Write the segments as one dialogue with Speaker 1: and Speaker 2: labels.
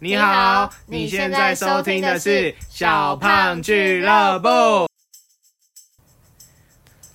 Speaker 1: 你好，你现在收听的是《小胖俱乐部》。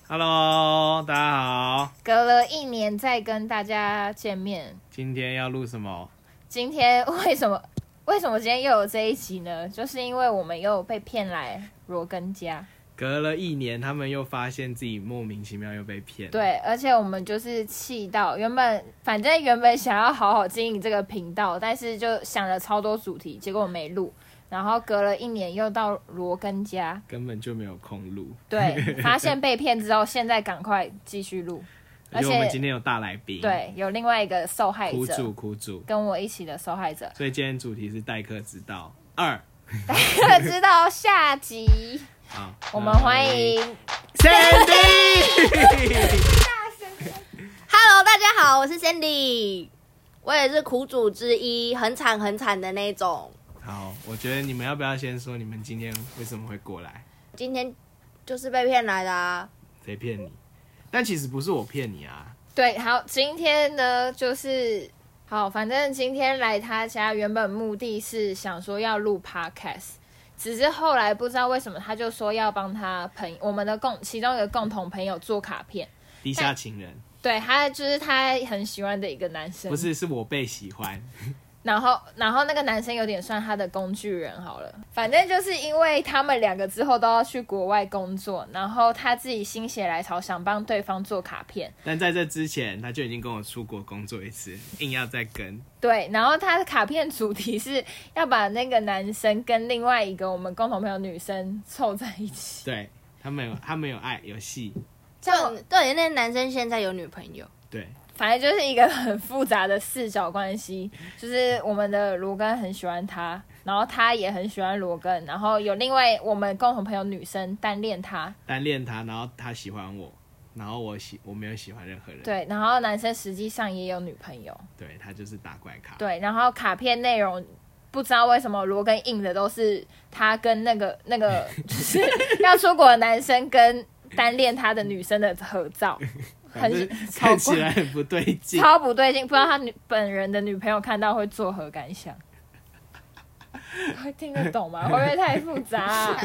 Speaker 1: Hello，大家好，
Speaker 2: 隔了一年再跟大家见面，
Speaker 1: 今天要录什么？
Speaker 2: 今天为什么 为什么今天又有这一集呢？就是因为我们又被骗来罗根家，
Speaker 1: 隔了一年，他们又发现自己莫名其妙又被骗。，
Speaker 2: 对，而且我们就是气到原本反正原本想要好好经营这个频道，但是就想了超多主题，结果没录，然后隔了一年又到罗根家，
Speaker 1: 根本就没有空录。
Speaker 2: 对，发现被骗之后，现在赶快继续录，而
Speaker 1: 因为我们今
Speaker 2: 且
Speaker 1: 天有大来宾，，
Speaker 2: 对有另外一个受害
Speaker 1: 苦
Speaker 2: 者
Speaker 1: 主苦主，
Speaker 2: 跟我一起的受害者。
Speaker 1: 所以今天主题是待客之道二。
Speaker 2: 可知道下集，
Speaker 1: 好，
Speaker 2: 我们
Speaker 1: 那
Speaker 2: 欢迎
Speaker 1: 嗯 Sandy。
Speaker 3: Hello，大家好，我是 Sandy，我也是苦主之一，很惨很惨的那种。
Speaker 1: 好，我觉得你们要不要先说你们今天为什么会过来？
Speaker 3: 今天就是被骗来的啊，
Speaker 1: 谁骗你？但其实不是我骗你啊，
Speaker 2: 对，好，今天呢就是好，反正今天来他家原本目的是想说要录 podcast，只是后来不知道为什么他就说要帮他朋我们的共其中一个共同朋友做卡片，
Speaker 1: 地下情人
Speaker 2: 对他就是他很喜欢的一个男生，
Speaker 1: 不是，是我被喜欢。
Speaker 2: 然后，然后那个男生有点算他的工具人好了。反正就是因为他们两个之后都要去国外工作，然后他自己心血来潮想帮对方做卡片，
Speaker 1: 但在这之前，他就已经跟我出国工作一次，硬要再跟。
Speaker 2: 对。然后他的卡片主题是要把那个男生跟另外一个我们共同朋友女生凑在一起。
Speaker 1: 对他们有，他们有爱，有戏。
Speaker 3: 重重点那个男生现在有女朋友，
Speaker 1: 对，
Speaker 2: 反正就是一个很复杂的四角关系，就是我们的罗根很喜欢他，然后他也很喜欢罗根，然后有另外我们共同朋友女生单恋他。
Speaker 1: 单恋他，然后他喜欢我，然后我喜我没有喜欢任何人。
Speaker 2: 对，然后男生实际上也有女朋友，
Speaker 1: 对他就是打怪卡。
Speaker 2: 对，然后卡片内容不知道为什么罗根印的都是他跟那个那个 就是要出国的男生跟单恋他的女生的合照，
Speaker 1: 反正
Speaker 2: 很
Speaker 1: 看起 来很不对劲。
Speaker 2: 超不对劲，不知道他女本人的女朋友看到会作何感想？会听得懂吗？会不会太复杂、啊？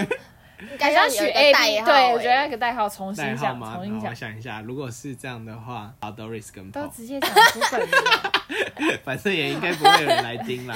Speaker 3: 应
Speaker 2: 感
Speaker 3: 该
Speaker 2: 觉要
Speaker 3: 有
Speaker 2: 取
Speaker 3: 一个
Speaker 2: A
Speaker 3: 代
Speaker 2: B，
Speaker 3: 号、
Speaker 2: 对我觉得
Speaker 3: 欸
Speaker 2: 那个代号重
Speaker 1: 代
Speaker 2: 新
Speaker 1: 号
Speaker 2: 讲，
Speaker 1: 吗？
Speaker 2: 重
Speaker 1: 然
Speaker 2: 新
Speaker 1: 后我
Speaker 2: 讲，
Speaker 1: 想一下，如果是这样的话，好，Doris 跟
Speaker 2: 都
Speaker 1: Paul，
Speaker 2: 直接讲出本名 了。
Speaker 1: 反正也应该不会有人来盯 啦。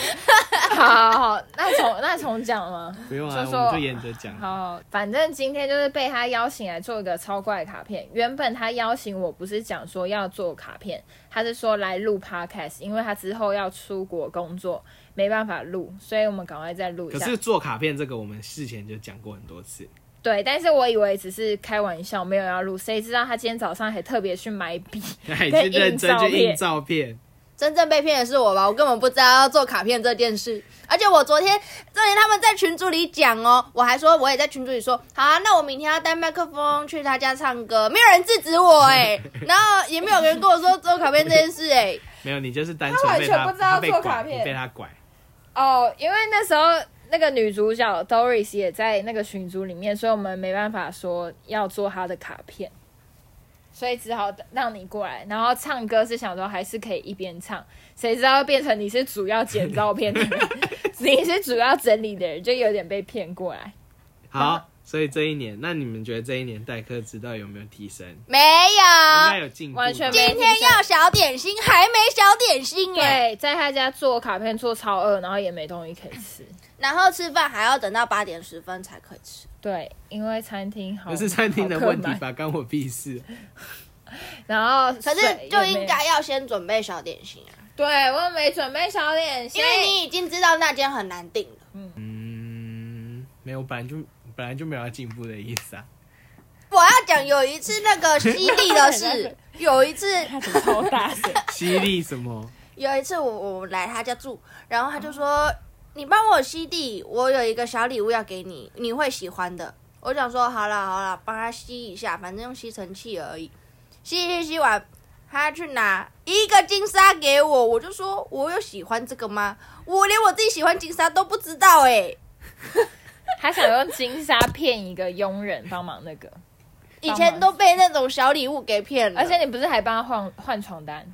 Speaker 2: 好好好，那重那重讲吗？
Speaker 1: 不用啊，
Speaker 2: 就
Speaker 1: 我
Speaker 2: 说
Speaker 1: 们就沿着讲。
Speaker 2: 好，反正今天就是被他邀请来做一个超怪的卡片。原本他邀请我不是讲说要做卡片，他是说来录 podcast，因为他之后要出国工作，没办法录，所以我们赶快再录一
Speaker 1: 可
Speaker 2: 下。
Speaker 1: 是做卡片这个，我们事前就讲过很多 次。
Speaker 2: 对，但是我以为只是开玩笑，没有要录，谁知道他今天早上还特别去买笔。
Speaker 1: 还是认真去印照片，
Speaker 3: 真正被骗的是我吧？我根本不知道要做卡片这件事，而且我昨天，昨天他们在群组里讲哦，我还说我也在群组里说，好、啊，那我明天要带麦克风去他家唱歌，没有人制止我哎、 然后也没有人跟我说做卡片这件事哎、
Speaker 1: 没有你就是单
Speaker 2: 他
Speaker 1: 纯
Speaker 2: 完
Speaker 1: 被
Speaker 2: 全
Speaker 1: 他
Speaker 2: 不知道
Speaker 1: 他被
Speaker 2: 做
Speaker 1: 拐
Speaker 2: 卡片
Speaker 1: 你被他拐，
Speaker 2: 哦，因为那时候那个女主角 Doris 也在那个群组里面，所以我们没办法说要做她的卡片，所以只好让你过来。然后唱歌是想说还是可以一边唱，谁知道变成你是主要剪照片 的人，你是主要整理的人，就有点被骗过来。
Speaker 1: 好， 所以这一年，那你们觉得这一年代课之道有没有提升？应
Speaker 3: 没有
Speaker 1: 该，有进步吧，
Speaker 2: 完全没
Speaker 3: 今天要小点心，还没小点心哎、
Speaker 2: 对，在他家做卡片做超饿，然后也没东西可以吃。
Speaker 3: 然后吃饭还要等到八点十分才可以吃。
Speaker 2: 对，因为餐厅 好
Speaker 1: 不是餐厅的
Speaker 2: 好客
Speaker 1: 问题
Speaker 2: 满
Speaker 1: 吧？关我屁事。
Speaker 2: 然后
Speaker 3: 可
Speaker 2: 水
Speaker 3: 是就
Speaker 2: 也没
Speaker 3: 应该要先准备小点心啊，
Speaker 2: 对我没准备小点心，
Speaker 3: 因为你已经知道那间很难订了。
Speaker 1: 嗯，没有，本来就本来就没有要进步的意思啊。
Speaker 3: 我要讲有一次那个犀利 的事，有一次
Speaker 2: 超大声。
Speaker 1: 犀利什么？
Speaker 3: 有一次我我来他家住，然后他就说：“你帮我吸地，我有一个小礼物要给你，你会喜欢的。”我想说：“好啦好啦，帮他吸一下，反正用吸尘器而已。”吸吸吸完，他去拿一个金沙给我，我就说：“我有喜欢这个吗？我连我自己喜欢金沙都不知道哎、
Speaker 2: 他想用金沙骗一个佣人帮忙那个，
Speaker 3: 以前都被那种小礼物给骗了。
Speaker 2: 而且你不是还帮他换换床单？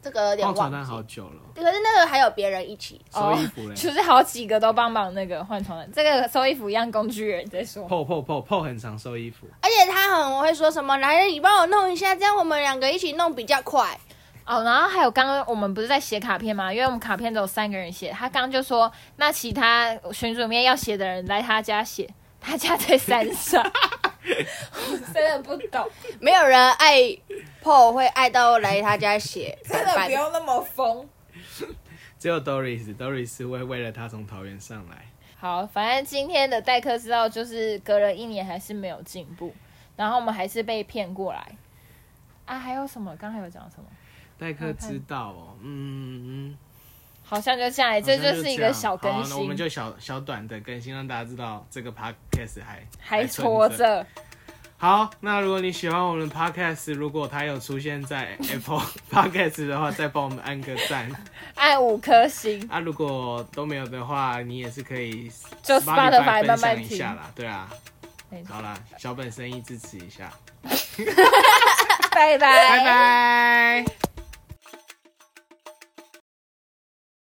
Speaker 3: 这个有点
Speaker 1: 换床
Speaker 3: 忘记。
Speaker 1: 单好久了，
Speaker 3: 可是那个还有别人一起，
Speaker 1: 收衣服嘞，
Speaker 2: 哦就是好几个都帮忙那个换床单，这个收衣服一样工具人在说。
Speaker 1: 破破破破很常收衣服，
Speaker 3: 而且他很会说什么，来，你帮我弄一下，这样我们两个一起弄比较快。
Speaker 2: 哦，然后还有刚刚我们不是在写卡片吗？因为我们卡片只有三个人写，他刚刚就说那其他群组里面要写的人来他家写， 他家在山 上，我真的不懂，
Speaker 3: 没有人爱破会爱到来他家写，
Speaker 2: 真
Speaker 3: 怎么
Speaker 2: 的
Speaker 3: 办
Speaker 2: 不用那么疯。
Speaker 1: 只有 Doris，Doris 会为了他从桃园上来。
Speaker 2: 好，反正今天的代课之道就是隔了一年还是没有进步，然后我们还是被骗过来啊。还有什么？刚才有讲什么？
Speaker 1: 代课知道哦，嗯，嗯
Speaker 2: 好像就这样，啊这就是一个小更
Speaker 1: 好那我
Speaker 2: 新
Speaker 1: 们，就小小短的更新，让大家知道这个 podcast 还
Speaker 2: 还
Speaker 1: 存
Speaker 2: 拖着。
Speaker 1: 好，那如果你喜欢我们的 podcast，如果它有出现在 Apple podcast 的话，再帮我们按个赞。
Speaker 2: 按五颗星，
Speaker 1: 啊，如果都没有的话，你也是可以
Speaker 2: 就
Speaker 1: 分
Speaker 2: Spotify 慢慢
Speaker 1: 享一
Speaker 2: 听。
Speaker 1: 下啦，对啊
Speaker 2: 没。错
Speaker 1: 好啦，小本生意支持一下，
Speaker 2: 拜拜，
Speaker 1: 拜拜。